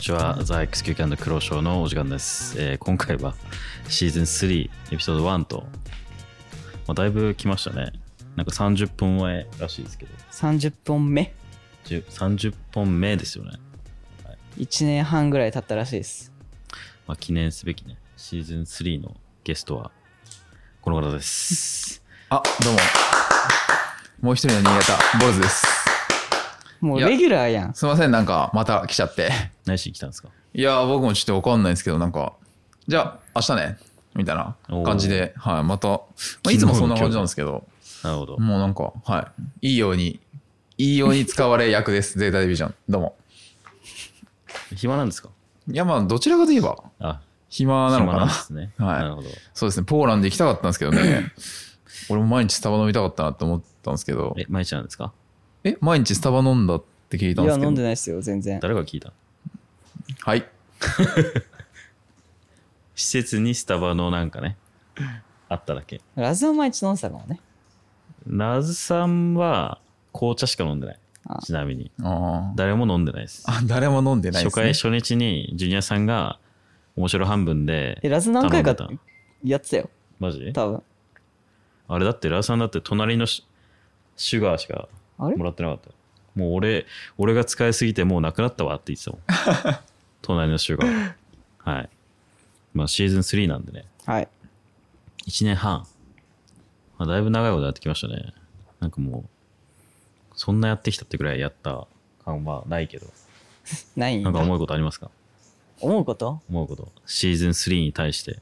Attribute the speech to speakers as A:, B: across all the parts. A: ちは。ザ・ XQ キャンドクローショーのお時間です、えー今回はシーズン3エピソード1と、まあ、だいぶ来ましたね。なんか30分前らしいですけど、
B: 30本目
A: じゅ30本目ですよね。
B: 1年半ぐらい経ったらしいです
A: まあ、記念すべきね、シーズン3のゲストはこの方です。
C: あ、どうも。もう一人の新潟、ボルズです。
B: もう
C: いや
B: レギュラーやん
C: すいません、なんか、また来ちゃって。
A: 何しに来たんですか
C: いやー、僕もちょっとわかんないんですけど、なんか、じゃあ、明日ね、みたいな感じで、はい、また、まあ、いつもそんな感じなんですけど、
A: なるほど。
C: もうなんか、はい、いいように、いいように使われ役です、ゼータディビジョン。どうも。
A: 暇なんですか
C: いや、まあ、どちらかといえば、
A: あ、
C: 暇なの
A: 暇
C: か
A: なん
C: な
A: で。すね。
C: はい
A: なるほど。
C: そうですね、ポーランド行きたかったんですけどね、俺も毎日スタバ飲みたかったなって思ったんですけど、
A: え、毎日なんですか
C: え、毎日スタバ飲んだって聞い
B: い
C: たんで
B: や
C: すけ
B: 飲んで
C: ど、
B: ないですよ全然
A: 誰が聞いた
C: はい。
A: 施設にスタバのなんかね、あっただけ。
B: ラズは毎日飲んでたかもね
A: ナズさんは紅茶しか飲んでない
B: あ。
A: ちなみに。
C: あー
A: 誰も飲んでないです。
C: あ、 誰も飲んでないで
A: 初
C: す、ね。
A: 回初日にジュニアさんが面白半分で
B: えラズ何回か
A: 頼んで
B: やってたよ
A: マジ
B: 多分
A: あれだってラーさんだって隣のシシュガーしか
B: あれ
A: もらってなかったよもう俺俺が使いすぎてもうなくなったわって言ってたもん 隣のシュガーはいまあシーズン3なんでね
B: はい
A: 1年半、まあ、だいぶ長いことやってきましたねなんかもうそんなやってきたってぐらいやった感はないけど
B: ないん
A: な
B: だ
A: んか思うことありますか
B: 思うこと
A: 思うことシーズン3に対して、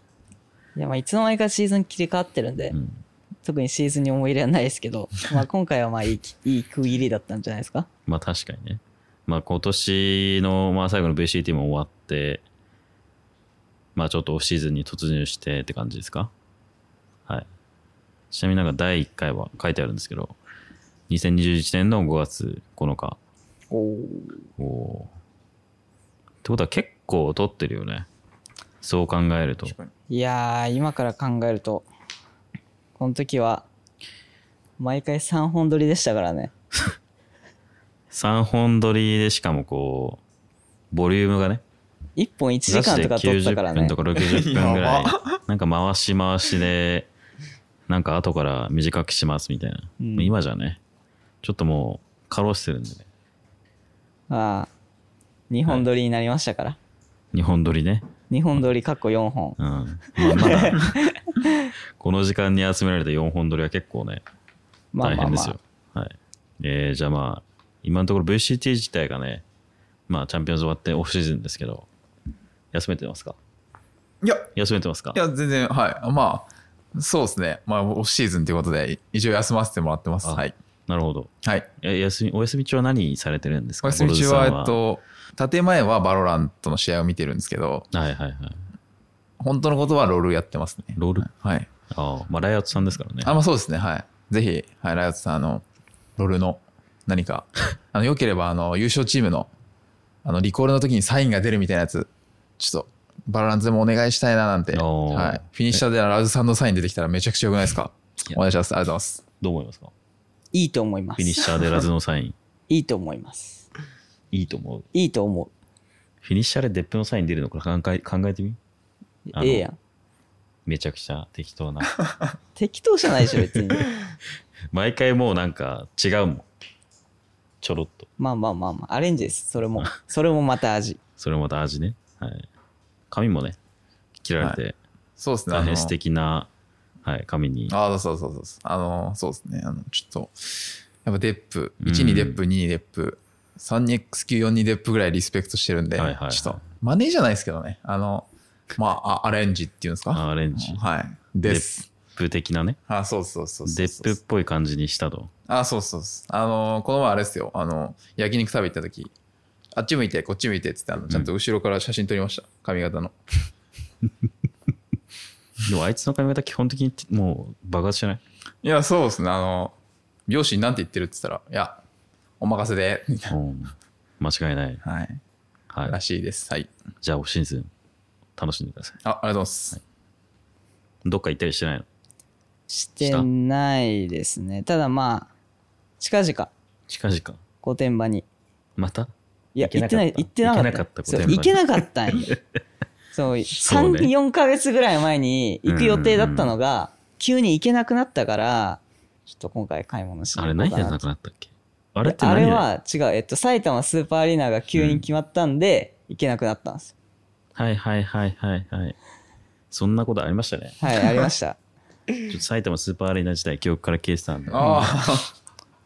B: いやまあいつの間にかシーズン切り替わってるんで、
A: うん
B: 特にシーズンに思い入れはないですけどまあ今回はまあいい いい区切りだったんじゃないですか
A: まあ確かにね。まあ今年の、まあ最後の VCT も終わって、まあちょっとオフシーズンに突入してって感じですかはい。ちなみになんか第1回は書いてあるんですけど、2021年の5月9日。
B: おお
A: おおー。ってことは結構撮ってるよね。そう考えると。
C: 確かに
B: いやー今から考えるとこの時は毎回3本撮りでしたからね
A: 3本撮りでしかもこう、ボリュームがね、
B: 1本1時間とか撮ったから
A: 90分
B: ね
A: とか60分ぐらい
C: や
A: なんか回し回しでなんか後から短くしますみたいな、
B: うん
A: もう今じゃねちょっともう過労してるんでね
B: ああ2本撮りになりましたから、
A: 2本撮りね、
B: 2本撮りかっこ4本
A: うんまあ、ま だこの時間に集められた4本撮りは結構ね
B: まあ
A: 大
B: ま
A: 変
B: あ
A: で
B: ます
A: よ
B: あ、
A: はいえーじゃあまあ今のところ VCT 自体がねまあチャンピオンズ終わってオフシーズンですけど休めてますか
C: いや、
A: 休めてますか
C: いや、全然、はい。まあ、そうですね。まあ、オフシーズンということで、一応休ませてもらってます。
A: あ
C: はい。
A: なるほど
C: はい。
A: え休みお休み中は何されてるんですか
C: お休み中
A: ボ
C: は、
A: ル
C: え
A: ズさん
C: っと、建前はバロラントの試合を見てるんですけど、
A: はいはいはい。
C: 本当のことはロールやってますね。
A: ロール
C: はい。
A: ああ、まあ、ライアウトさんですからね。
C: あ、まあそうですね。はい。ぜひ、はい、ライオットさん、あの、ロールの何か、 あの、良ければ、あの、優勝チームの、あの、リコールの時にサインが出るみたいなやつ、ちょっと、バロラントでもお願いしたいななんて、
A: おー
C: はい。フィニッシャーでラウズさんのサイン出てきたらめちゃくちゃ良くないですか
A: いや
C: お願いします。ありがとうございます。
A: どう思いますか
B: いいと思いま
A: フィニッ
B: す
A: シャーでラズのサイ ン、
B: いいと思います
A: いいと思う。
B: いいと思う
A: フィニッシャーでデップのサイン出るのか考え考えてみあの
B: ええやん
A: めちゃくちゃ適当な。
B: 適当じゃないでしょ別に
A: 毎回もうなんか違うもん。ちょろっと。
B: まあまあまあまあアレンジですそれもそれもまた味
A: それもまた味ね。はい。髪もね、切られて、
C: そうですね。
A: 大
C: あの
A: 変素敵な、はい、髪に。
C: ああ、そうそうそうそう。あの、そうですね。あの、ちょっと、やっぱデップ、
A: うん
C: 1にデップ、2にデップ、3に XQ、4にデップぐらいリスペクトしてるんで、
A: はいはいはい
C: ちょっと、マネーじゃないですけどね。あの、まあ、あアレンジっていうんですか。
A: アレンジ。
C: はい。です。
A: デップ的なね。
C: あ、そうそうそうそう
A: デップっぽい感じにしたと。
C: あ、そうそうそう。あの、この前あれですよ。あの、焼肉食べ行った時、あっち向いて、こっち向いてっつって、あの、ちゃんと後ろから写真撮りました。髪型の。
A: でもあいつの髪型基本的にもう爆発して ない
C: いや、そうですね。あの、美容師になんて言ってるって言ったら、いや、お任せで、みたい
A: うん間違いない。
C: な。はい。
A: はい
C: ら。しいです。はい。
A: じゃあ、オフシーズン、楽しんでください。
C: あ、ありがとうございます。
A: どっか行ったりしてないの
B: してないですねただまあ近々
A: 近々。
B: 御殿場に
A: また
B: いや、行ってない、行
A: 行
B: ってなかった。
A: かった
B: そう
A: 行
B: 行け
A: けなかっ
B: なかった んよ。そう、
A: そう
B: 3、
A: ね
B: 4ヶ月ぐらい前に行く予定だったのが、急に行けなくなったから、ちょっと今回買い物しに
A: た。あれ
B: 行こう
A: 何
B: か
A: で
B: な
A: な
B: と
A: くなったっけあれって
B: あ
A: 何
B: れ
A: で
B: は違う、えっと、埼玉スーパーアリーナが急に決まったんで、行けなくなったんです。
A: はいはいはいはいはい。そんなことありましたね。
B: はい、ありました。
A: ちょっと埼玉スーパーアリーナ時代、記憶から消えてたんで、
C: ああ、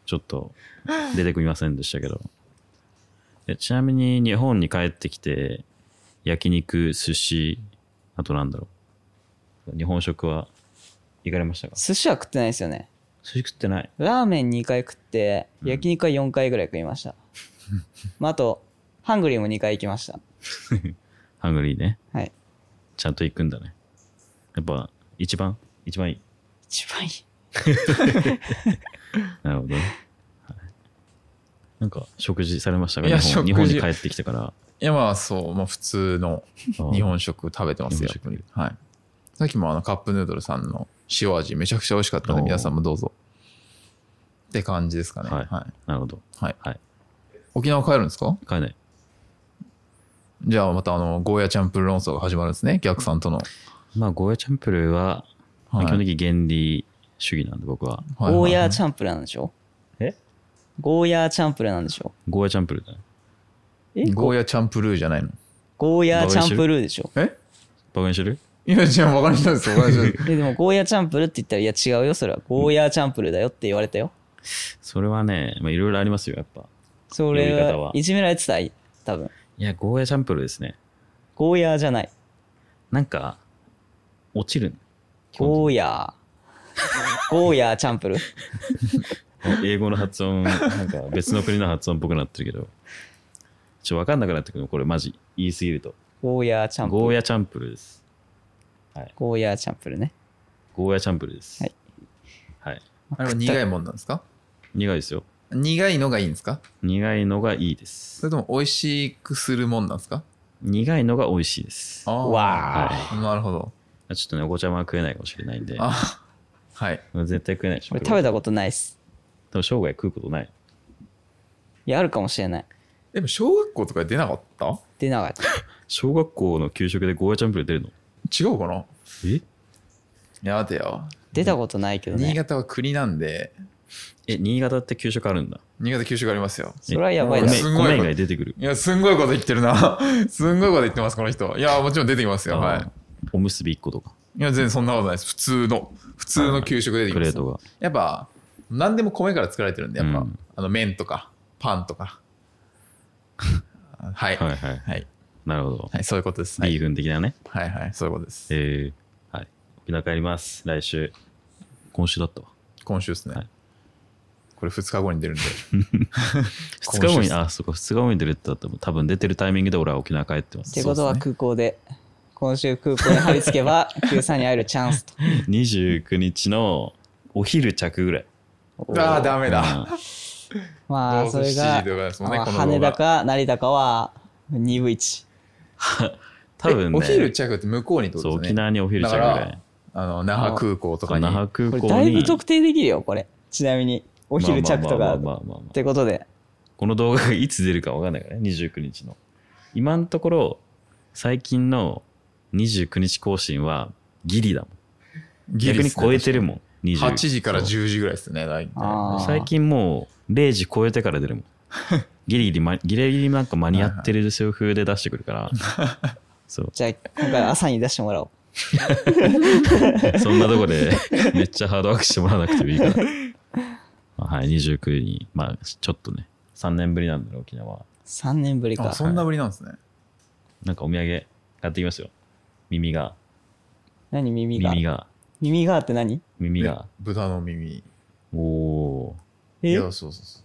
A: ちょっと出てくみませんでしたけど。えちなみに日本に帰ってきて、焼肉、寿司、あとなんだろう。日本食は行かれましたか
B: 寿司は食ってないですよね。
A: 寿司食ってない。
B: ラーメン2回食って、
A: うん
B: 焼肉は4回ぐらい食いました。まあ、あと、ハングリーも2回行きました。
A: ハングリーね。
B: はい。
A: ちゃんと行くんだね。やっぱ、一番一番いい。
B: 一番いい。
A: なるほどね。はいなんか、食事されましたか
C: いや
A: 日本
C: 食
A: 日
C: 事
A: 本に帰ってきてから。
C: いやまあそう、まあ、普通の日本食食べてますよ
A: 日本食。
C: はい。さっきもあのカップヌードルさんの塩味めちゃくちゃ美味しかったの
A: お
C: で
A: ー
C: 皆さんもどうぞ。って感じですかね。
A: は
C: はいい。
A: なるほど。
C: はい。
A: はい。
C: 沖縄帰るんですか
A: 帰んない。
C: じゃあまたあの、ゴーヤチャンプルー論争が始まるんですね。逆さんとの。
A: まあ、ゴーヤチャンプルーは、まあ
C: はい
A: 基本的に原理主義なんで、僕は。
C: はい
B: ゴーヤー
C: ャン
B: チャンプルーなんでしょ
A: え
B: ゴーヤーチャンプルーなんでしょ
A: ゴーヤチャンプルーだね。
B: え
C: ゴーヤチャンプルーじゃないの。
B: ゴーヤーチャンプルーでしょ
C: え
A: バカにしてる
C: いや、じゃあ分かりました です。分かりました。
B: えでもゴーヤーチャンプルーって言ったらいや違うよそれはゴーヤーチャンプルーだよって言われたよ
A: それはね、まあ、いろいろありますよ、やっぱ。
B: それ
A: 言い方
B: は
A: はい
B: じめられてた多分
A: いや、ゴーヤチャンプルーですね。
B: ゴーヤーじゃない
A: なんか、落ちるの
B: ゴーヤーゴーヤーチャンプルー
A: 英語の発音、なんか別の国の発音っぽくなってるけど、ちょっと分かんなくなってくるの、これマジ言いすぎると。
B: ゴーヤーチャンプル
A: ゴー
B: ー
A: ヤチャンプルーです。
B: ゴーヤーチャンプルーね
A: ゴーヤチャンプルーです。
B: はい。
A: はい。
C: あれは苦いもんなんですか
A: 苦いですよ。
C: 苦いのがいいんですか
A: 苦いのがいいで
C: そ
A: す。
C: れとも美味しくするもんなんですか
A: 苦いのが美味しいです。
C: あー
B: わ
A: ー
C: なるほど。
A: ちょっとね、お子ちゃまは食えないかもしれないんで、
C: あはい。
A: 絶対食えないでしょ。
B: これ食べたことないっす
A: 多分生涯食うことない。
B: いやあるかもしれない
C: でも小学校とかで出なかった
B: 出なかった
A: 小学校の給食でゴーヤチャンプルー出るの
C: 違うかない
A: え
C: や、待てよ。
B: 出たことないけど
C: 新
B: ね
C: 潟は国なんで、
A: え、新潟って給食あるんだ。
C: 新潟給食ありますよ。
B: それはやばい
A: 米
B: だ
C: え
B: ろ
C: すごい
A: 米以外出てくる。
C: いや、すんごいこと言ってるな。 すんごいこと言ってます、この人。いや、もちろん出てきますよ。は
A: あーおむすび1個とか、
C: い。いや、全然そんなことないです。普通の、普通の給食出てき
A: プ
C: ま
A: レー
C: す
A: ト。が。
C: やっぱ、何でも米から作られてるんで、やっぱ、
A: うん
C: あの、麺とか、パンとか。 はい。
A: は
C: はい
A: はい。
C: い。
A: なるほど。
C: はい、そういうことです。は
A: ビ
C: い。
A: ーフン的なね。
C: はい、はい、そういうことです。
A: えー、はい。沖縄帰ります。来週。今週だったわ。
C: 今週ですね。
A: はい
C: これ2日後に出 るんで。
A: 2日後
C: 今
A: に、
C: 週
A: あ、そこ、2日後に出るってだったら、多分出てるタイミングで俺は沖縄帰ってま
B: っ
A: す。
B: てことは
C: そうっすね
B: 空港で今週空港に張り付けば Q さんに会えるチャンスと
A: 29日のお昼着ぐらい。
C: ああ、ダメだ。
A: うん
B: まあそれ
C: 7
B: が
C: 時とかですもんね、
B: まあ
C: この
B: 羽
C: 動
B: 田
C: 画
B: か成田かは2分1
A: 多分ね、
C: えお昼着って向こうにってこ
A: そう、
C: とです
A: 沖
C: ね。
A: 縄にお昼着ぐ
C: だから
A: い。
C: あの、那覇空港
A: そ
C: とか
A: う
C: に
A: 那。覇空
B: これ
A: 港
B: だいぶ
A: に。
B: 特定できるよこれちなみにお昼着と
A: ま
B: か
A: あまあまあまあまあまあ
B: ってことで
A: この動画がいつ出るか分かんないからね、29日の。今のところ、最近の29日更新はギリだもん。
C: ギ
A: 逆
C: リ
A: に
C: スね
A: 超えてるもん。20
C: 8時から
A: そう
C: 10時ぐらいですね、大体。
B: あー
A: 最近もう0時超えてから出るもん。ギリギリ、ま、ギリギリなんか間に合ってる風風で出してくるから。そう。
B: じゃあ今回朝に出してもらおう
A: そんなとこで めっちゃハードワークしてもらわなくてもいいから。まあはい、29に、まあちょっとね、3年ぶりなんだろう、沖縄。
B: 3年ぶり
C: あ
B: か
C: そんなぶりなんですね。
A: なんかお土産買ってきますよ。耳が、
B: 何耳が
A: 耳が、
B: 耳がって何
A: 耳が
C: ね。豚の耳。
A: おお
C: い
B: え
C: や、そうそうそう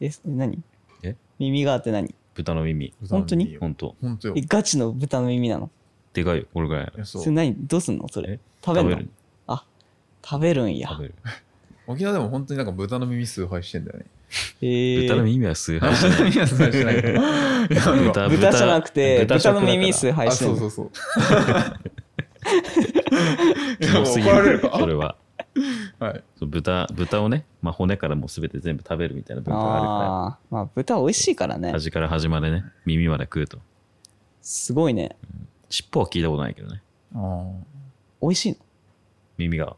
B: え何
A: え
B: 耳がって何
A: ー、豚の耳。
C: 豚の
B: 本当に
C: 耳よ
A: ほんと、
C: 本当よ。
B: えガチの豚の耳なの
A: でかいよ、これぐらいあ
C: い
A: る。
C: や
B: そ
C: そう
B: れ何どうすんのそれ
A: え
B: 食べるの
A: 食べる。
B: あ食べるんや
A: 食べる。
C: 沖縄でも本当になんか豚の耳崇拝してんだ よね。
B: えー
A: 豚の耳は崇拝しない。
C: いや、崇拝して ないけど。いやなんか
B: 豚じゃなくて
A: 豚
B: 豚
A: 食だか
B: の
A: ら
B: 耳崇拝
C: あ、
B: して
C: そ
B: る
C: うそうそう。い
A: キ
C: や
A: モすぎ
C: 怒られる
A: る
C: か
A: それは
C: はい。
A: そう豚豚をね、まあ、骨からもう全て全部食べるみたいな文化があるか
B: ああまあ豚美味しいから
A: ら
B: ね
A: 端から端までね耳まで食うと
B: すごいね
A: 尻尾は聞いたことないけどね
C: あー
B: 美味しいの
A: 耳が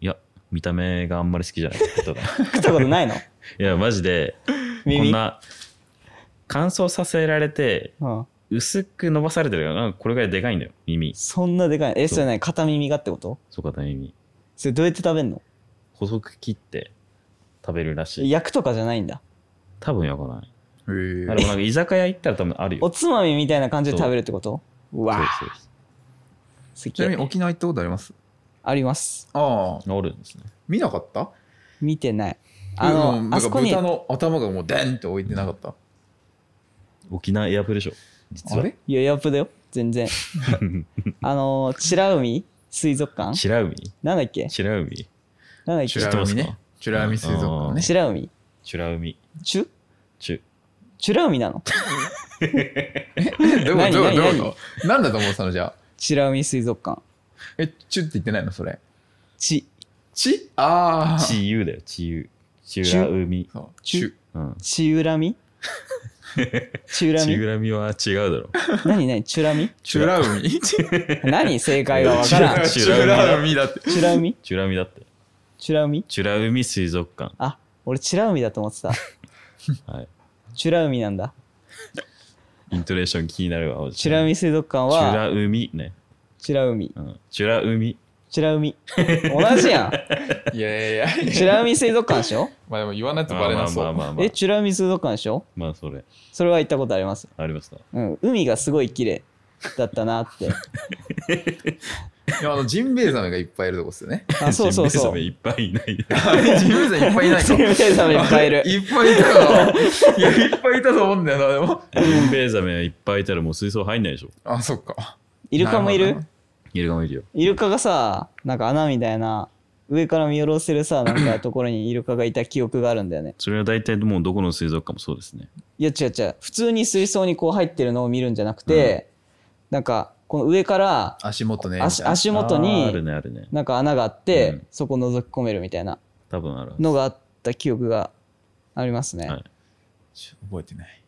A: いや見た目があんまり好きじゃ ない人が
B: 食った ことないの
A: いやマジでこ
B: 耳
A: んな乾燥させられて
B: うん、
A: 薄く伸ばされてるからなんかこれぐらいでかいんだよ耳
B: そんなでかいえそれね片耳がってこと
A: そうかたい耳
B: それどうやって食べんの
A: 細く切って食べるらしい
B: 焼くとかじゃないんだ
A: 多分やかない
C: へえ
A: あれもなんか居酒屋行ったら多分ある
B: お
A: よ
B: つまみみたいな感じで食べるってことうわ
A: そうです
B: す
C: ち
B: げ
C: なみ
B: え
C: に沖縄行ったことあります
B: あります
C: あ
A: そう
C: あ
A: ですあおるんですね
C: 見なかった
B: 見てないあの、
C: うんなん
B: あ
C: か
B: そこに
C: 豚の頭がもうデンって置いてなかった
A: 沖縄エアプでしょ実
C: あ
A: は
C: れ
B: いややっぱだよ全 然あのー美ら海水族館
A: 白海
B: なんだっけ
A: 白海
B: なんだっ
C: チ
B: け
A: 知
C: ュ
A: っ
C: ラ
A: てま
C: 海
A: すか
C: ねチュラ海水族館ね
B: 美ら海
A: 白海
B: チュ
A: 中
B: チュラ海なの
C: えどういうこと
B: 何
C: どういうことどういう
B: 何
C: ことなんだと思ってたのじゃあ
B: 美ら海水族館
C: えチュって言ってないのそれ
B: チ
C: チああ
A: 地遊だよ地遊白海
C: そう
B: チュ
C: チュ
A: うん
B: チュラミチュラ
A: 地
B: ミ
A: 浦海は違うだ ろ
B: 何何チュラミ
C: チュラ海チュ
B: 何正解がわからん
A: チ
B: チ
A: ュラ
C: ラ海だって
B: ュラ海
A: チュラ海だって
B: チュラ海
A: チュラ海水族館
B: あ俺チュラ海だと思ってた
A: はい
B: チュラ海なんだ
A: イントネーション気になるわ
B: チュラ
A: 海
B: 海水族館
A: チュ
B: は
A: ラ海ね
B: チュラ海
A: うんチュラ海
B: チュラ海同じやん
C: いやいやいや
B: チュラ海水族館でしょ
C: まあでも言わないと
A: ま
C: バ
A: あ
C: レ
A: ま
C: な
A: あま
C: そ
A: あ
C: う
A: まあまあ
B: えチュラ海水族館でしょ
A: まあそれ
B: それは行ったことあります
A: ありました
B: うん海がすごい綺麗だったなって
C: いやあのジンベエザメがいっぱいいるとこっすよね
B: あそうそう
A: ジン
B: そ
A: ベエザメ
B: う
A: いっぱいい ない
C: ジンベエザメいっぱいいない
B: ジ
C: か
B: ンベエザ メいっぱいいる
C: いっぱいいたよな。いや、いっぱいいたと思うんだよな、でも。
A: ジンベエザメいっぱいいたらもう水槽入んないでしょ
C: あ、そっか。
B: イルカもい
C: な
B: る
C: ほど
A: イルカもいるよ
B: イルカがさなんか穴みたいな上から見下ろせるさなんかところにイルカがいた記憶があるんだよね
A: それは大体もうどこの水族館もそうですね
B: いや違う違う普通に水槽にこう入ってるのを見るんじゃなくて、なんかこの上から
C: 足元ね。
B: 足
C: み
B: 足元
A: あーある
B: に
A: ねあるね
B: なんか穴があって、
A: うん
B: そこを覗き込めるみたいな
A: 多分ある
B: のがあった記憶がありますね、
A: はい
C: たいな覚えてない。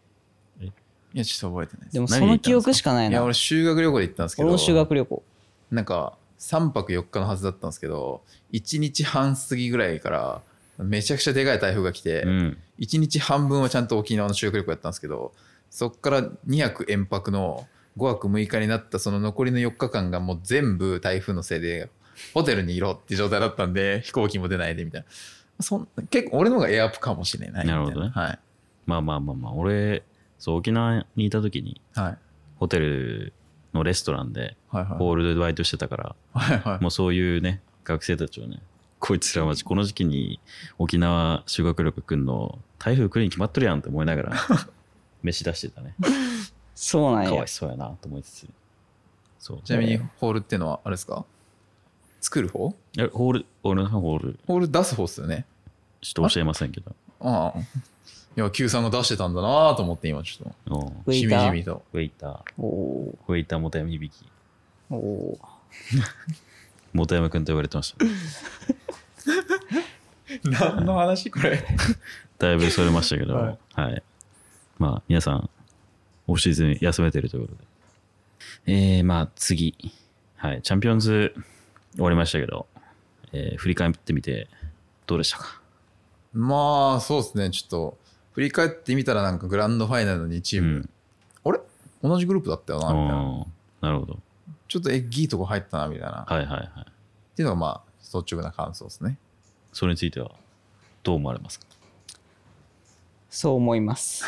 A: え
C: いや、ちょっと覚えてない
B: で
C: で
B: もその記憶しかない
C: す。い
B: な
C: や、
B: 俺
C: 俺、修学旅行で行ったんですけど、
B: の修学旅行
C: なんか、3泊4日のはずだったんですけど、1日半過ぎぐらいから、めちゃくちゃでかい台風が来て、
A: うん
C: 1日半分はちゃんと沖縄の修学旅行やったんですけど、そっから2泊延泊の5泊6日になったその残りの4日間がもう全部台風のせいで、ホテルにいろって状態だったんで、飛行機も出ないでみたいな。そん結構俺の方がエアアップかもしれないみたい
A: なるほどね
C: はい。
A: まあまあまあまあ俺そう沖縄にいた時に
C: はい。
A: ホテルのレストランで
C: はいはい。
A: ホールでバイトしてたから
C: はいはい。
A: もうそういうね学生たちをねこいつらマジこの時期に沖縄修学旅行くんの台風来るに決まっとるやんって思いな がら飯出してたね
B: そうなん
A: かわ
B: や
A: いそうやなと思いつつそう
C: ちなみにホールってのはあれですか作る方
A: えホール俺のホール
C: ホール出す方っすよね。
A: ちょっと教えませんけど
C: ああ。いや、Q さんが出してたんだなと思って今ちょっ
A: うん
B: ウ
C: と、
B: ェ
C: し
B: イ
C: み
B: タ
C: じ
B: ー
C: みと。
A: ウェイター
B: おお
A: ウェイター元山響き
B: ーお
A: 元山君と呼ばれてました、
C: 何の話これ。
A: だいぶそれましたけど
C: はい
A: はい、まあ皆さんオフシーズン休めてるということでえー、まあ次はいチャンピオンズ終わりましたけど、えー振り返ってみてどうでしたか
C: まあ、そうですね。ちょっと、振り返ってみたら、なんかグランドファイナルの2チーム、あれ同じグループだったよ
A: うん
C: な、みたいな。
A: おーなるほど
C: ちょっとえギーとこ入ったな、みたいな。
A: はいはいはい
C: っていうのが、まあ、率直な感想ですね。
A: それについてはどう思われますか
B: そう思います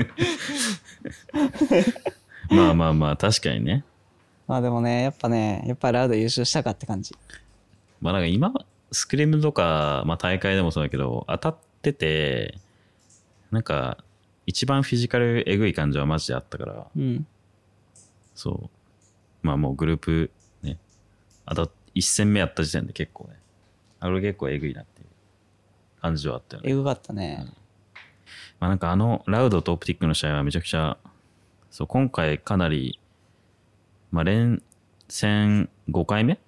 A: まあまあまあ確かにね
B: まあでもねやっぱねやっぱラウド優勝したかって感じ
A: まあなんか今、スクリームとか、まあ大会でもそうだけど、当たってて、なんか、一番フィジカルえぐい感じはマジであったから、
B: うん
A: そう。まあもうグループね、あた、一戦目やった時点で結構ね、あれ結構えぐいなっていう感じはあったよね。
B: えぐかったね
A: まあなんかあの、ラウドとオプティックの試合はめちゃくちゃ、そう、今回かなり、まあ連戦5回目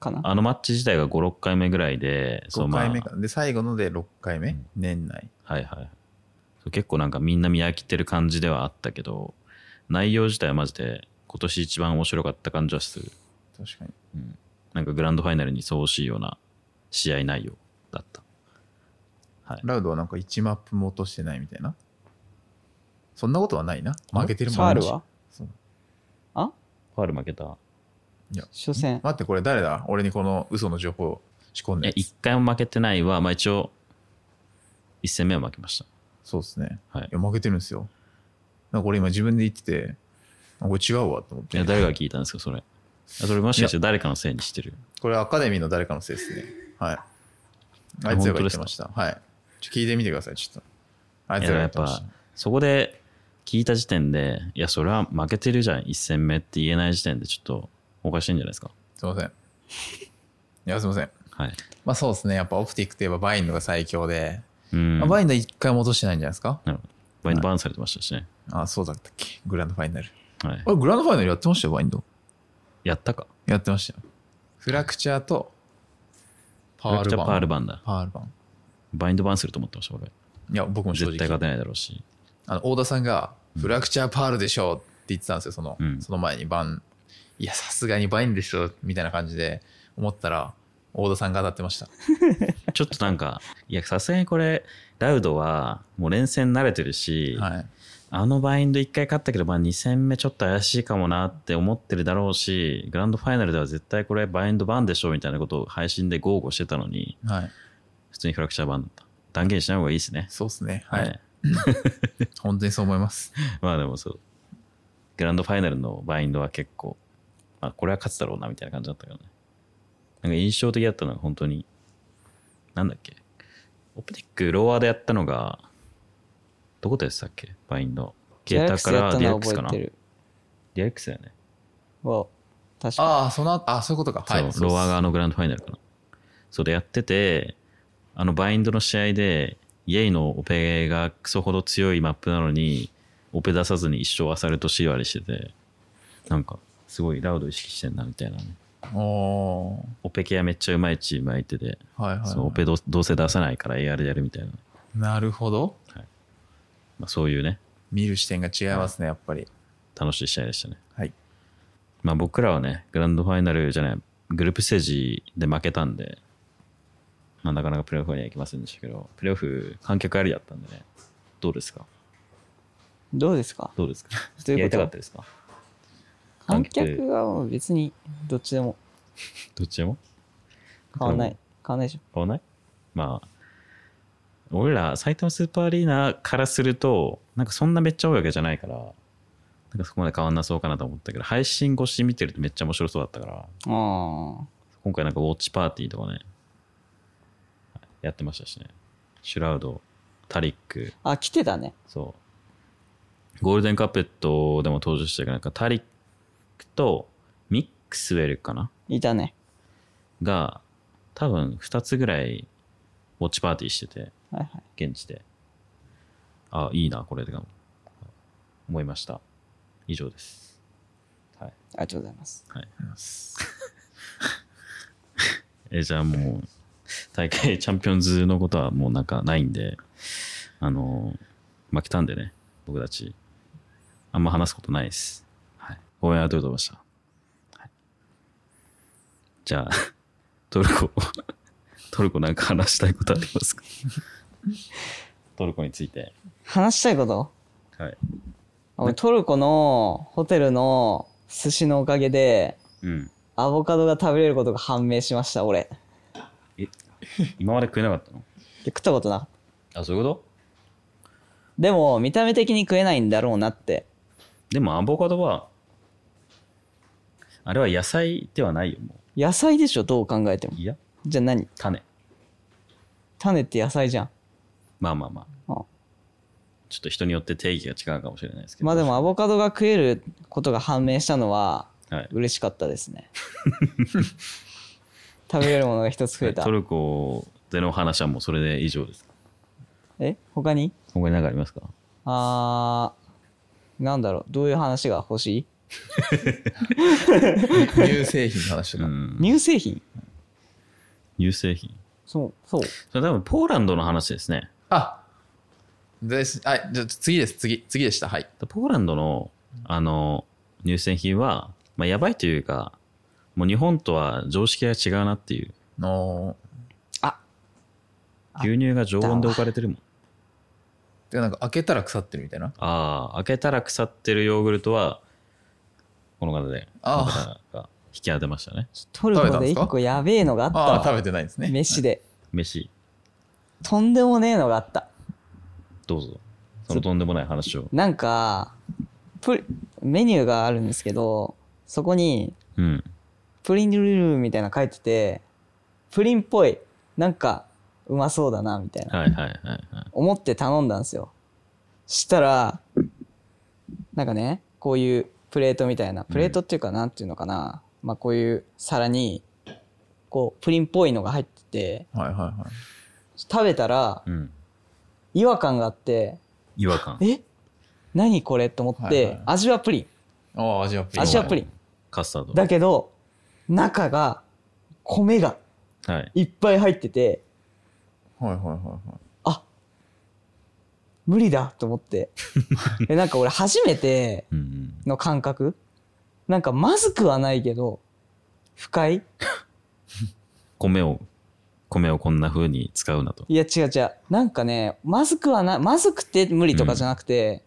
B: かな
A: あのマッチ自体が5、6回目ぐらいで、そう
C: 5
A: まあ
C: 回目か。で、最後ので6回目、年内。
A: はいはいそう。結構なんかみんな見飽きてる感じではあったけど、内容自体はマジで今年一番面白かった感じはする。
C: 確かに。
A: なんかグランドファイナルにそうしいような試合内容だった。はい。
C: ラウドはなんか1マップも落としてないみたいな。そんなことはないな。負けてる
B: フ
C: もん
B: ァールは
C: そう
B: あ
A: ファール負けた。
B: 初戦
C: 待って、これ誰だ俺にこの嘘の情報を仕込ん
A: え
C: で、。
A: 1回も負けてないは、まあ一応、1戦目は負けました。
C: そうですね。
A: はい
C: いや、負けてるんですよ。なんか俺今自分で言ってて、あこれ違うわと思っ
A: い
C: て
A: や、。誰が聞いたんですか、それ。あそれもしかして誰かのせいにしてる。
C: これアカデミーの誰かのせいですね。はい。
A: あ
C: あいつら
A: 本当
C: が言
A: で
C: っ
A: す
C: て
A: か
C: ました。はい。ちょ聞いてみてください、ちょっと。あい
A: い
C: つ
A: や
C: ら
A: で
C: が
A: もや
C: 言
A: っ
C: ってまし
A: ぱ
C: た。
A: そこで聞いた時点でいやそれは負けてるじゃん1戦目って言えない時点でちょっとおかしいんじゃないですか
C: すいません。いや、すいません。
A: はい
C: まあそうですね。やっぱオプティックといえばバインドが最強で、
A: うん
C: まあバインド一回も落としてないんじゃないですか
A: なるほどバインドバーンされてましたしね、
C: あそうだったっけグランドファイナル。
A: はい
C: あ、れグランドファイナルやってましたよ、バインド。
A: やったか
C: やってましたよ。フラクチャーとパー
A: めっ
C: ル
A: ちゃ
C: バン。
A: パールバンだ
C: パールバン。
A: バインドバーンすると思ってました俺
C: いや、僕も正
A: 絶対
C: 直。
A: 勝てないだろうし
C: あの、大田さんが、フラクチャーパールでしょうって言ってたんですよ、その、
A: うん
C: その前にバン。いや、さすがにバインでしょ、みたいな感じで思ったら、大田さんが当たってました。
A: ちょっとなんかいやさすがにこれラウドはもう連戦慣れてるし、
C: はい。
A: あのバインド1回勝ったけど、まあ、2戦目ちょっと怪しいかもなって思ってるだろうしグランドファイナルでは絶対これバインドバーンでしょみたいなことを配信で豪語してたのに
C: はい。
A: 普通にフラクチャー版だった。断言しない方がいいですね。
C: そうですね。はい。
A: ね
C: 本当にそう思います。
A: まあでもそう。グランドファイナルのバインドは結構、まあこれは勝つだろうなみたいな感じだったけどね。なんか印象的だったのが本当に、なんだっけ。オプティックローアーでやったのが、どこでやってたっけバインド。
B: ギャラクスやった
A: ディ
B: の
A: ア
B: は
A: クスか
B: 覚え
A: な
B: て
A: デ
B: る
A: ィアクスだよね。
B: わ確か
C: ああ、その後、あそういうことか。はい。
A: そう、ローアー側のグランドファイナルかな。それやってて、あのバインドの試合で、イェイのオペがクソほど強いマップなのに、オペ出さずに一生アサルトシーワリしてて、なんか、すごいラウド意識してんなみたいなね。
C: おお
A: オペ系はめっちゃうまいチーム相手で、
C: ーはいはい、はい。
A: そのオペどうどうせ出さないから AR でやるみたいな、
C: なるほど。
A: まあ、そういうね、
C: 見る視点が違いますね、やっぱり。
A: 楽しい試合でしたね。
C: はい。
A: まあ僕らはね、グランドファイナルじゃない、グループステージで負けたんで、まあなかなかプレーオフには行きませんでしたけど、プレーオフ観客ありだったんでね、どうですか
B: にどうですか
A: どう ですか
B: どうい
A: や
B: う
A: り
B: こと
A: たかったですか
B: 観客がもう別にどっちでも
A: どっちでも
B: 変わんな
A: で
B: い変わんないでしょ
A: 買わないまあ、俺ら埼玉スーパーアリーナからすると、なんかそんなめっちゃ多いわけじゃないから、なんかそこまで変わんなそうかなと思ったけど、配信越し見てるとめっちゃ面白そうだったから、
B: あ
A: 今回なんかウォッチパーティーとかね、やってましたしね。シュラウド、タリック、
B: ああ来てたね
A: そう。ゴールデンカーペットでも登場したけど、なんかタリックとミックスウェルかない
B: たね
A: が、多分2つぐらいウォッチパーティーしてて、
B: はいはい
A: 現地で。あ、いいな、これでかも。思いました。以上です。はい。
B: ありがとうございます
A: えじゃあもう大会 チャンピオンズのことはもうなんかないんであの負けたんでね僕たちあんま話すことないです、はい、応援ありがとうございました、はいじゃあ トルコ トルコなんか話したいことありますか トルコについて
B: 話したいこと
A: はい
B: あ俺トルコのホテルの寿司のおかげで
A: うん
B: アボカドが食べれることが判明しました俺
A: え今まで食えなかったの
B: で食ったことなかった
A: あそういうこと
B: でも見た目的に食えないんだろうなって
A: でもアボカドはあれは野菜ではないよも
B: 野菜でしょどう考えても
A: ういや
B: じゃあ何
A: 種
B: 種って野菜じゃん
A: まあまあまあ
B: あ
A: ちょっと人によって定義が違うかもしれないですけど
B: まあでもアボカドが食えることが判明したのは
A: はい
B: 嬉しかったです ね食べれるものが一つ増えた
A: トルコでの話はもうそれで以上ですか
B: え他に
A: 他に何かありますか
B: あーなんだろうどういう話が欲しい
C: 乳製品の話と
A: う
C: か。
A: ん、
B: 乳製品
A: 乳製品。
B: そう、そう。
A: それ多分ポーランドの話ですね。
C: あです。はい、じゃあ次です。次、次でした。はい。
A: ポーランドのあの乳製品は、まあ、やばいというか、もう日本とは常識が違うなっていう。
C: の
A: 牛乳が常温で置かれてるもん。
C: てかなんか開けたら腐ってるみたいな。
A: ああ、開けたら腐ってるヨーグルトは、この方で、
C: あ
A: この方が引き当てましたね。
B: トルコ
C: 食べたんで
B: です
C: か
B: 一個やべえのがあった
C: ああ、
B: わ
C: 食べてないですね。
B: 飯で。
A: 飯、
B: とんでもねえのがあった。
A: どうぞ。そのとんでもない話を。
B: なんか、プリメニューがあるんですけど、そこに、
A: うん。
B: プリンルルルみたいなの書いてて、プリンっぽい、なんか、うまそうだな、みたいな。
A: はいはいはいはい。
B: 思って頼んだんですよ。したら、なんかね、こういうプレートみたいな、プレートっていうかなんていうのかな、まあこういう皿に、こう、プリンっぽいのが入ってて、
C: はいはいはい。
B: 食べたら
A: うん。
B: 違和感があって、
A: 違和感。
B: え何これと思って、
C: はいはい
B: 味はプリ
C: ああ、味はプリ
B: ン。
C: ン。
B: 味はプリン。
A: カスタード。
B: だけど、中が、米が
A: はい。
B: いっぱい入ってて、
C: はいはいはいはい。
B: あ無理だと思って。 え、なんか俺初めて、
A: うんうん。
B: の感覚なんかまずくはないけど不快
A: 米を、米をこんな風に使うなと。
B: いや違う違うなんかねまずくはなまずくて無理とかじゃなくて、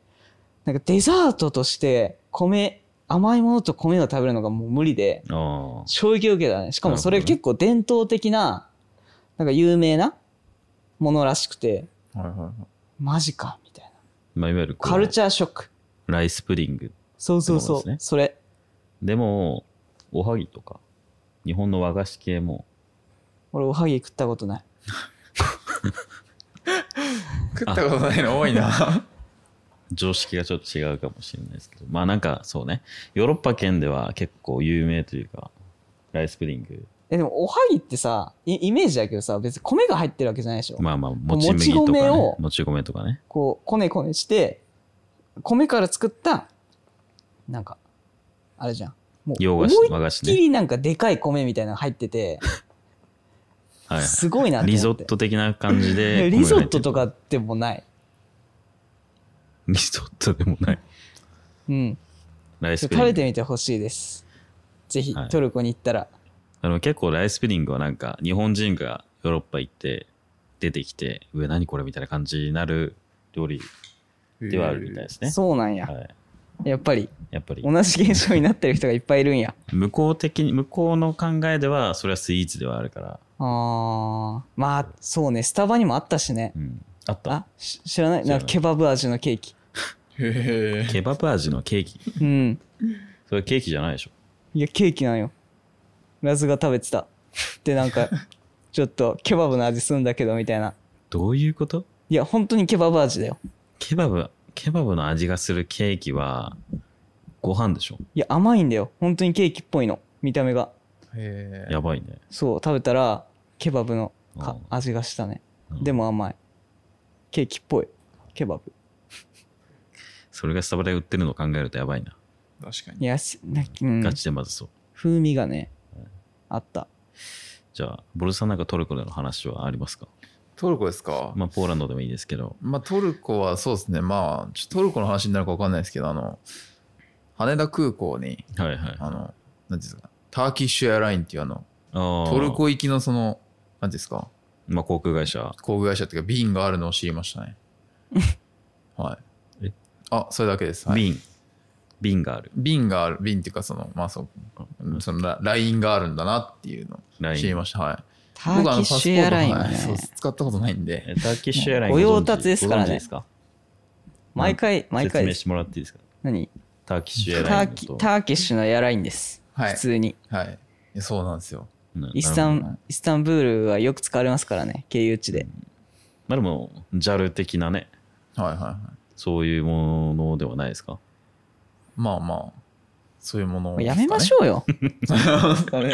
B: なんかデザートとして米甘いものと米を食べるのがもう無理で
A: あ
B: 衝撃を受けたねしかもそ
A: な
B: れ
A: るほどね
B: 結構伝統的ななんか有名なものらしくて
C: はいはいはい。
B: マジかみたいな
A: あ。まあ、いわゆるこう
B: カルチャーショック
A: ライスプディング。
B: そうそうそ
A: そううですね
B: それ
A: でも、おはぎとか、日本の和菓子系も、
B: 俺おはぎ食ったことない
C: 食ったことないの多 いな。
A: 常識がちょっと違うかもしれないですけど、まあなんかそうね、ヨーロッパ圏では結構有名というか、ライスプディング、
B: えでもおはぎってさイイメージだけどさ別に米が入ってるわけじゃないでしょ
A: まあまあ、も
B: う
A: ち麦とか、
B: もち米を
A: ね、もち米とかね、
B: こうこねこねして米から作ったなんかあれじゃんもう
A: 洋
B: 思
A: 菓
B: い
A: 子、和菓
B: っ
A: 子
B: き
A: ね。
B: りなんかでかい米みたいなのが入ってて、
A: はいはい
B: すごいなって
A: リゾ
B: 思っ
A: ッ
B: て
A: ト的な感 じ
B: いや
A: で。
B: リゾット
A: 米
B: と
A: が入って
B: かでもない
A: る。リゾットでもない。
B: うん
A: ライ
B: ち
A: ス
B: ょっ
A: プディ
B: と食
A: ング。
B: べてみてほしいですぜひ
A: はい
B: トルコに行ったら、
A: あの結構ライスプディングはなんか日本人がヨーロッパ行って出てきて、上何これみたいな感じになる料理ではあるみたいですね。
B: そうなんや、
A: はい、
B: やっぱり
A: やっぱり
B: 同じ現象になってる人がいっぱいいるんや
A: 向こう的に向こうの考えではそれはスイーツではあるから、
B: あーまあそうねスタバにもあったしね
A: うん、あった
B: あし知らない
A: 知ら
B: な
A: ない
B: んかケバブ味のケーキ
C: へえ。
A: ケバブ味のケーキ
B: うん
A: それケーキじゃないでしょ
B: いや、ケーキなんよ。ラズが食べてた。で、なん か、ちょっとケバブの味すんだけど、みたいな。
A: どういうこと
B: いや、本当にケバブ味だよ。
A: ケバブケバブの味がするケーキはご飯でしょ
B: いや、甘いんだよ。本当にケーキっぽいの。見た目が。
C: へえ。
A: やばいね
B: そう、食べたら、ケバブのか
A: あ
B: 味がしたね。
A: うん
B: でも甘い。ケーキっぽい。ケバブ。
A: それがスタバで売ってるのを考えるとやばいな、
C: 確かに。
B: いや、すなうん
A: ガ、チでまずそう
B: 風味がね、あった。
A: じゃあボルさんなんかトルコでの話はありますか
C: トルコですか。
A: まあポーランドでもいいですけど
C: まあ、トルコはそうですね。まあ、ちょっとトルコの話になるかわかんないですけど、あの、羽田空港に、
A: はいはい
C: あの、なんていうんですか、ターキッシュエアラインっていうあの、
A: ト
C: トルコ行きのその、なんていうんですか、
A: まあ航空会社
C: 航空会社っていうか、便があるのを知りま したね。はい
A: え。
C: あ、それだけです。はい、
A: 瓶瓶がある
C: 便がある、便っていうか、その、まあそう、そのラ、ラインがあるんだなっていうの
A: ラ
C: を
A: イ
C: 知り
A: ン
C: ました。はい。
B: ターキッシュエアライン
C: 僕
B: は
C: あのパスポートはい
B: ね
C: そう、使ったことないんで。
A: えターキッシュエアライン
B: 御
A: ご存知
B: 用達ですから
A: ご存
B: ね
A: 知ですか
B: 毎回、毎回
A: 説明
B: で
A: し
B: す。
A: てもらっていいですか
B: 何
A: ターキッシュ
B: タ
A: エアライン
B: ー
A: の
B: キ
A: こと
B: ターキッシュのエアラインです。
C: はい
B: 普通に。
C: はいいや。そうなんですよ。
A: うん
B: イスタ
A: なるほど
B: ン、イスタンブールはよく使われますからね、経由地で。
A: まあでも JAL 的なね
C: はいはいはい。
A: そういうものではないですか
C: まあまあ、そういうもの
B: もうやめましょうよ。
C: う。ね、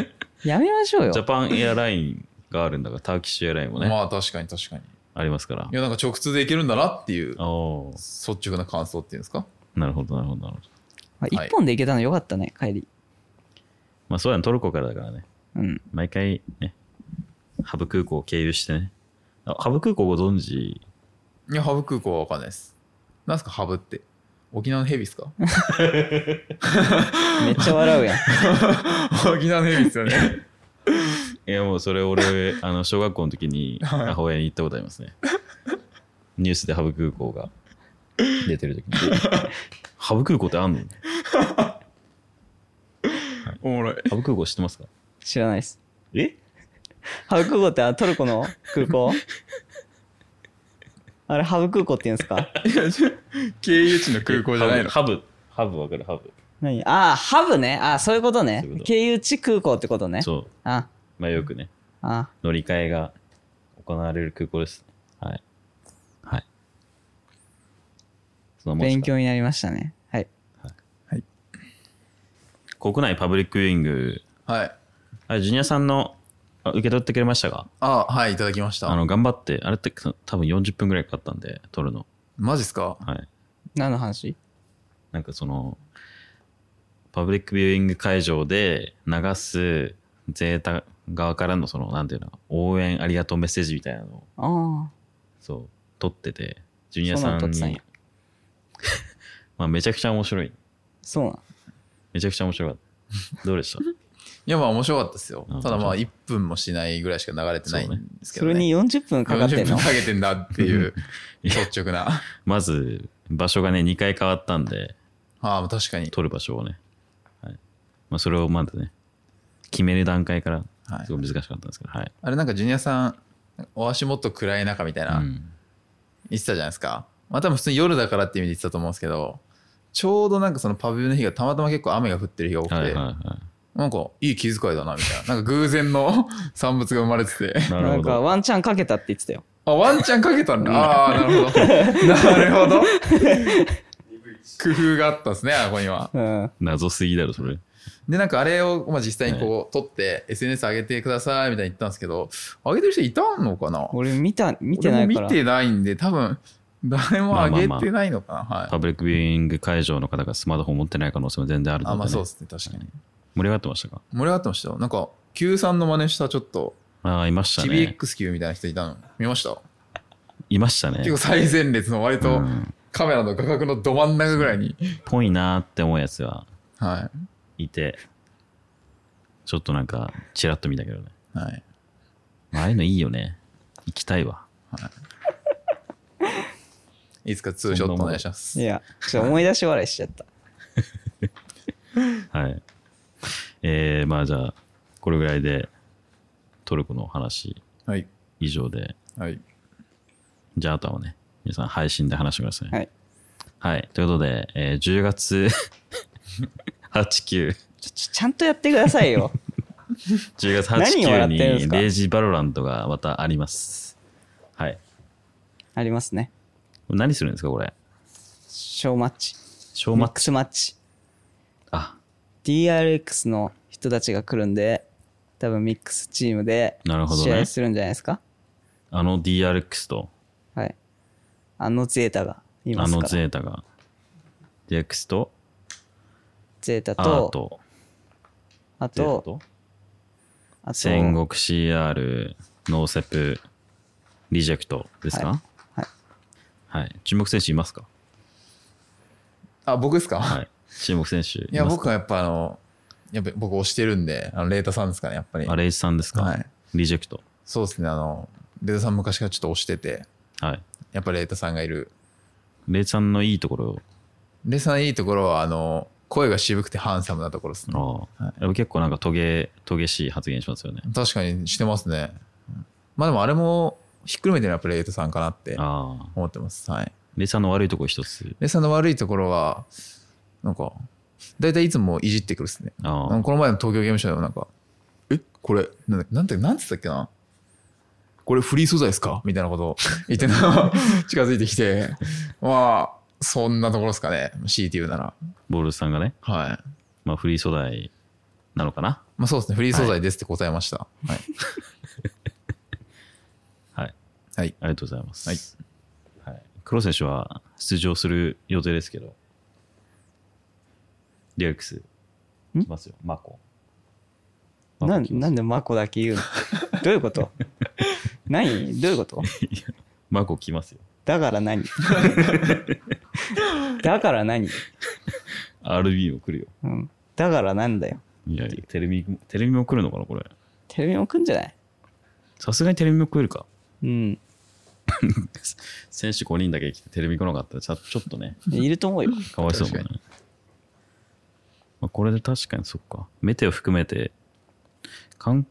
B: やめましょうよ
A: ジャ。パンエアラインがあるんだから、ターキッシュエアラインもね、
C: まあ確かに確かに。
A: ありますから
C: い。や、なんか直通で行けるんだなっていう、
A: おー
C: 率直な感想っていうんですか。
A: なるほど、なるほど、なるほど。
B: まあ、
C: はい
B: 1本で行けたのよかったね、帰り。
A: まあそうやん、トルコからだからね。
B: うん。
A: 毎回ね、ハブ空港を経由してね。あハブ空港ご存知
C: いや、ハブ空港はわかんないです。なんすか、ハブって。沖縄のヘビです か
B: めっちゃ笑 うやん。
C: 沖縄のヘビですよね。
A: いやもうそれ 俺、あの、小学校の時に
C: はい
A: 母親に行ったことありますね。ニュースでハブ空港が出てる時 に。ハブ空港ってあんの
C: おもろい。
A: ハブ空港知ってますか
B: 知らないです。
A: え
B: ハブ空港ってあのトルコの 空港あれ、ハブ空港って言うんで すか
C: 経由地の空港じゃないの。
A: ハブ、ハブハブわかる、ハブ。
B: 何ああ、ハブね。ああ、そういうことね
A: そういう。こと
B: 経由地空港ってことね。
A: そう。
B: あ
A: まあよくね、
B: あ、
A: 乗り換えが行われる空港です。はい。はい。そのもう
B: 勉強になりましたね。はい。
A: 国内パブリックウィング、
C: はい。
A: あれジュニアさんのあ受け取ってくれましたか
C: あ、はい、いただきまし
A: あ
C: た。
A: の頑張って、あれってそ多分40分ぐらいかかったんで、撮るの。
C: マジっすか
A: はい。
B: 何の話
A: なんかその、パブリックビューイング会場で流すゼータ側からのその、なんていうの、応援ありがとうメッセージみたいなのを、
B: ああ、
A: そう、撮ってて、ジュニアさ
B: そ
A: ん
B: うなの撮ってたん
A: に
B: や、
A: まあめちゃくちゃ面白い。
B: そうなの。
A: めちゃくちゃ面白かった。どうでした
C: いや、まあ面白かったですよ
A: あ。
C: ただま
A: 面
C: あ1分もしないぐらいしか流れてないんですけ
B: そ
C: どね。
B: れに40分かかってん
C: 40
B: の
C: 分かけてんだっていう、 率直な。
A: まず、場所がね、2回変わったんで、
C: ああ、確かに。
A: 撮る場所をね。はい。まあそれをまだね、決める段階から、
C: はい
A: すごい難しかったんですけど、はい。
C: あれなんかジュニアさん、お足もっと暗い中みたいな、
A: うん
C: 言ってたじゃないですか。まあ多分普通に夜だからっていう意味で言ってたと思うんですけど、ちょうどなんかそのパブの日がたまたま結構雨が降ってる日が多くて、
A: はいはいは
C: なんかいい気遣いだなみたいな。なんか偶然の 産物が生まれてて。
A: い。なる
B: な
A: ほ
B: ん
A: ど
B: か。ワンチャンかけたって言ってたよ。
C: あ、ワンチャンかけたんだ。ああ、なるほど。なるほど。 工夫があったんですね、あここには。
B: うん。
A: 謎すぎだろそれ
C: で、なんかあれを、まあ、実際にこう、撮って、SNS 上げてくださいみたいに言ったんですけど、上げてる人いたのかな
B: 俺見た、見てないか
C: 俺も
B: ら
C: 見。てないんで、多分、誰も上げてないのかな。はい。
A: パブリックビューイング会場の方がスマートフォン持ってない可能性も全然あるので、
C: あ、
A: ね
C: まあそうですね、確かに。
A: 盛り上がってましたか
C: 盛り上がってましたよ。なんか、Q さんの真似したちょっと、
A: ああいましたね
C: TBXQ みたいな人いたの。見ました
A: いましたね
C: 結構最前列の割と
A: うん
C: カメラの画角のど真ん中ぐらいに。
A: ぽいなーって思うやつが
C: はい
A: てちょっとなんかチラッと見たけどね
C: い。はい。
A: まあああいうのいいよね行きたいわ
C: いつかツーショットお願いします
B: い。や、ちょっと思い出し笑いしちゃった。
A: はいえー、まあじゃあこれぐらいでトルコの話
C: はい。
A: 以上で
C: はい。
A: じゃああとはね皆さん配信で話してください
B: はい。
A: はい。ということで、えー10月 8、9。
B: ちょちょちゃんとやってくださ いよ。
A: 10月
B: 何
A: 8、
B: を
A: 9
B: 笑ってるんです
A: に
B: か
A: レイジバロラントがまたあります。はい。
B: ありますね。
A: 何するんですか、これ。
B: 小マッチ。
A: 小
B: ミ
A: マ
B: ッ
A: ッ
B: ク
A: チ。
B: スマッチ。
A: あ、
B: DRX の人たちが来るんで、多分ミックスチームで
A: なるほどね
B: 試合するんじゃないですか。
A: あの DRX と、
B: はい。あのゼータがいま
A: あ
B: す
A: の
B: から。
A: ゼータが。DX と、
B: ゼータ
A: アー
B: と、
A: ト、ゼー
B: あ
A: タ
B: と、
A: と、
B: あ
A: 戦
B: と、
A: 国 CR、ノーセプ、リジェクトですか
B: はい
A: はい。注目選手いますか
C: あ、僕ですか、
A: はい。注目選手いますか
C: い、や、僕はやっぱあの、やっぱ僕推してるんで、あの、レータさんですかね、やっぱり。
A: あ、レイジさんですか
C: はい。
A: リジェクト。
C: そうですね、あの、レータさん昔からちょっと推してて、
A: はい。
C: やっぱレータさんがいる。
A: レイジさんのいいところを
C: レータさんいいところは、あの、声が渋くてハンサムなところですね。
A: ああ、
C: は
A: やっぱ結構なんかトゲ、トゲしい発言しますよね。
C: 確かにしてますね。まあでもあれもひっくるめてのやっぱりレイトさんかなって
A: ああ。
C: 思ってます。はい。
A: レイさんの悪いとこ一つ。
C: レイトさんの悪いところは、なんか、大体いつもいじってくるですね。
A: あ
C: な
A: あ
C: んかこの前の東京ゲームショウでもなんか、えこれ、なんだなんて、なんつったっけなこれフリー素材ですかみたいなことを 言ってな、近づいてきて、まあ、そんなところですかね。強いて言うなら。
A: ボールさんがね、
C: はい。
A: まあ、フリー素材なのかな。
C: まあそうですね。フリー素材ですって答えました。はい。
A: はい。
C: はい。
A: ありがとうございます。はい。黒選手は出場する予定ですけど、リュックス来ますよマコマコ
B: な
A: 来ます
B: なんでマコだけ 言うのどういうこと何どういうこと
A: マコ来ますよ
B: だか ら何だから何、
A: RB も来るよ
B: うん、だからなんだよ。
A: いやいやテレビテレビも来るのかなこれ
B: テレビも来んじゃない
A: さすがにテレビも来るか
B: うん。
A: 選手5人だけ来てテレビ来なかったらちょちょっとね
B: いると思うよ。
A: かわいそうもんね
C: 確、
A: まあ、これで確かにそっかメテを含めて韓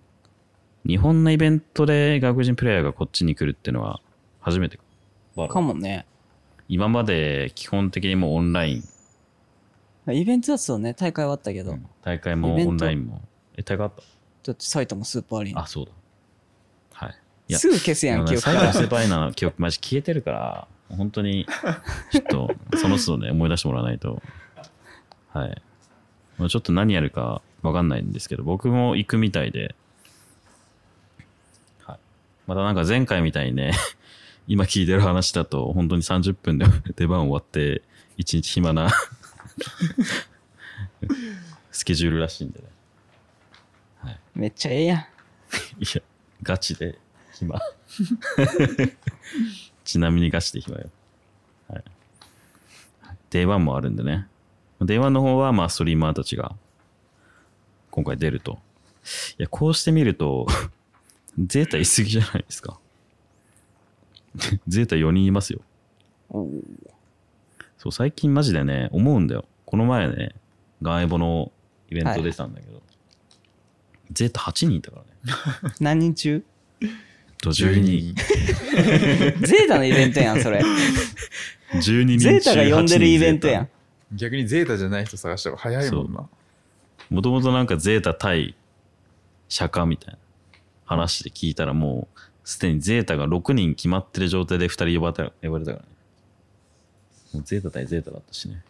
A: 日本のイベントで外国人プレイヤーがこっちに来るってのは初めてかバロ
B: かもね。
A: 今まで基本的にもうオンライン、
B: イベントだとね、大会はあったけど、
A: 大会も
B: イベント
A: オンラインもえ大会あっ
B: だって埼玉スーパーアリー
A: た
B: ナ
A: あ。そうだはいいや
B: すぐ消すやん、記憶か
A: 最後の
B: ら。
A: スーパーアリーナの記憶マジ消えてるから本当にちょっとその都度ね思い出してもらわないとはいもうちょっと何やるか分かんないんですけど僕も行くみたいで、はい、またなんか前回みたいにね 今聞いてる話だと本当に30分で 出番終わって一日暇な スケジュールらしいんでね
B: めっちゃええやん。
A: いや、ガチで暇。 ちなみにガチで暇よ。はい。デイワンもあるんでね。デイワンの方は、まあ、ストリーマーたちが、今回出ると。いや、こうしてみると、 ゼータいすぎじゃないですか。ゼータ4人いますよ。
B: おう
A: そう、最近マジでね、思うんだよ。この前ね、ガンエボのイベント出たんだけど、ゼータ8人いたからね。
B: 何人中
A: と12人。
B: ゼータのイベントやん、それ。
A: 12人
B: ゼータが呼んでるイベントやん。
C: 逆にゼータじゃない人探した方が早いもんな
A: もともとなんかゼータ対釈迦みたいな話で聞いたらもうすでにゼータが6人決まってる状態で2人呼ばれた呼ばれたからねもうゼータ対ゼータだったしね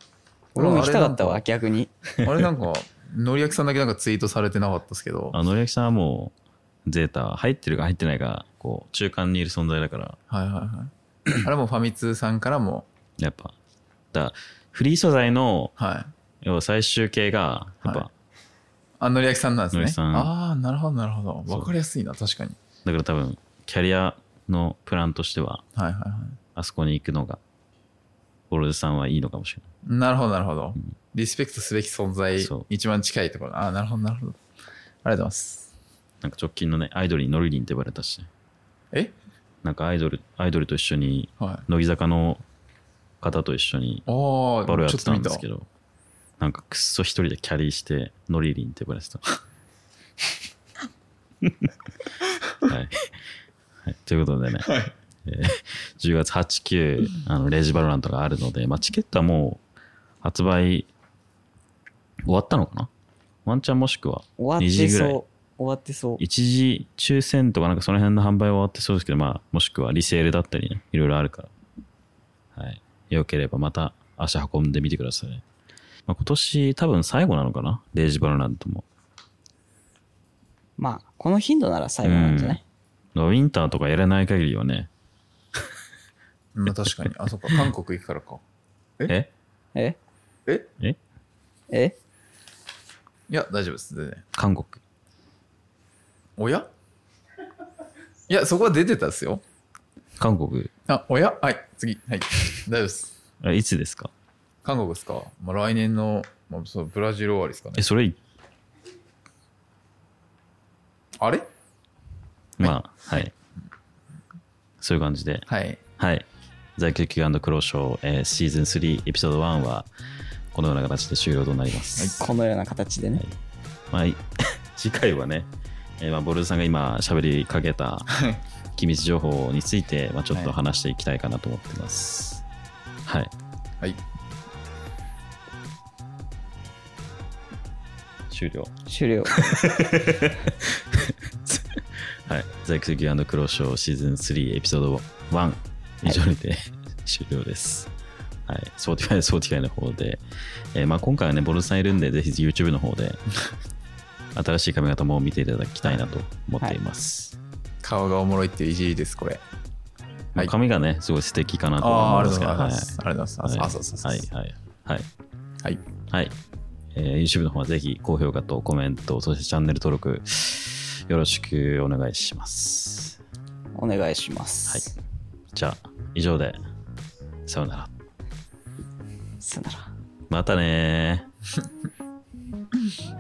B: 俺も行きたかった
C: あ
B: わ、
C: れ
B: 逆に。
C: あれなんかのりやきさんだけなんかツイートされてなかったですけど
A: あのりやきさんはもうゼータ入ってるか入ってないかこう中間にいる存在だから
C: はいはいはいあれもファミ通さんからも
A: やっぱだからフリー素材の
C: はい
A: 要は最終形がやっぱ、
C: はいあのりやきさんなんです
A: のりや
C: ね
A: きさん
C: ああなるほどなるほど
A: そう
C: 分かりやすいな確かに
A: だから多分キャリアのプランとしては
C: はいはいは
A: あそこに行くのがオルズさんはいいのかもしれない
C: いなるほどなるほどリスペクトすべき存在
A: そう
C: 一番近いところああなるほどなるほどありがとうございます
A: なんか直近のね、アイドルにノリリンって呼ばれたしね、
C: え
A: なんかアイドル、アイドルと一緒に、
C: はい
A: 乃木坂の方と一緒に
C: あ
A: バロ
C: あ
A: やっ
C: ち
A: て
C: ょっと
A: たん
C: 見
A: で
C: た
A: すけど、なんかくっそ一人でキャリーして、ノリリンって呼ばれてた。はい。はい、ということでね、えー10月8、9、あのレイジバロラントがあるので、まあ、チケットはもう発売終わったのかなワンチャンもしくは
B: 終わっ
A: 2時
B: て
A: ぐ
B: そ。
A: らいう
B: 終わってそう。
A: 一時抽選とかなんかその辺の販売は終わってそうですけど、まあ、もしくはリセールだったりね、いろいろあるから、はい。よければまた足運んでみてください。まあ、今年多分最後なのかなレイジバロラントも。
B: まあ、この頻度なら最後なんじゃない
A: ウィンターとかやらない限りはね、
C: まあ確かにあそっか韓国行くからか
A: え
B: え
C: え
A: え
B: え
C: いや大丈夫です全然
A: 韓国。
C: おやいや、そこは出てたっすよ。
A: 韓国、
C: あ、おやはい、次。はい。大丈夫です。
A: あいつですか
C: 韓国ですか、まあ、来年の、まあ、そうブラジル終わりですか
A: え、
C: ね。
A: それ、
C: あれ
A: まあ、はい。そういう感じで。
C: はい。
A: はい。ザ・キューキュークローショー、えーシーズン3エピソード1はこのような形で終了となります。
B: このような形でね。
A: まあ、い 次回はね、えーまあ、ボルズさんが今喋りかけた
C: はい。
A: 機密情報について、まあ、ちょっと
C: はい
A: 話していきたいかなと思ってます。はい。
C: はい。
A: 終了。
B: 終了。
A: はい。ザイクセキュアクローショーシーズン3エピソード1以上にて、 終了です。はい。ソーティファイ、ソーティファイの方で、えーまあ、今回はね、ボルズさんいるんで、ぜひ YouTube の方 で、新しい髪型も見ていただきたいなと思っています。
C: 顔がおもろいっていういじりです、これ。
A: まあ
C: はい
A: 髪がね、すごい素敵かなと
C: ああー、
A: 思
C: あ
A: うん
C: り
A: で
C: が
A: す
C: と
A: け
C: う
A: ど、はい
C: ございます。ありがとうございます。あ、そうそうそう。
A: はいはいはい。
C: はい。
A: はい。えー YouTube の方はぜひ高評価とコメント、そしてチャンネル登録、よろしくお願いします。
B: お願いします。
A: じゃあ、以上で、さようなら。
B: さよなら。
A: またねー。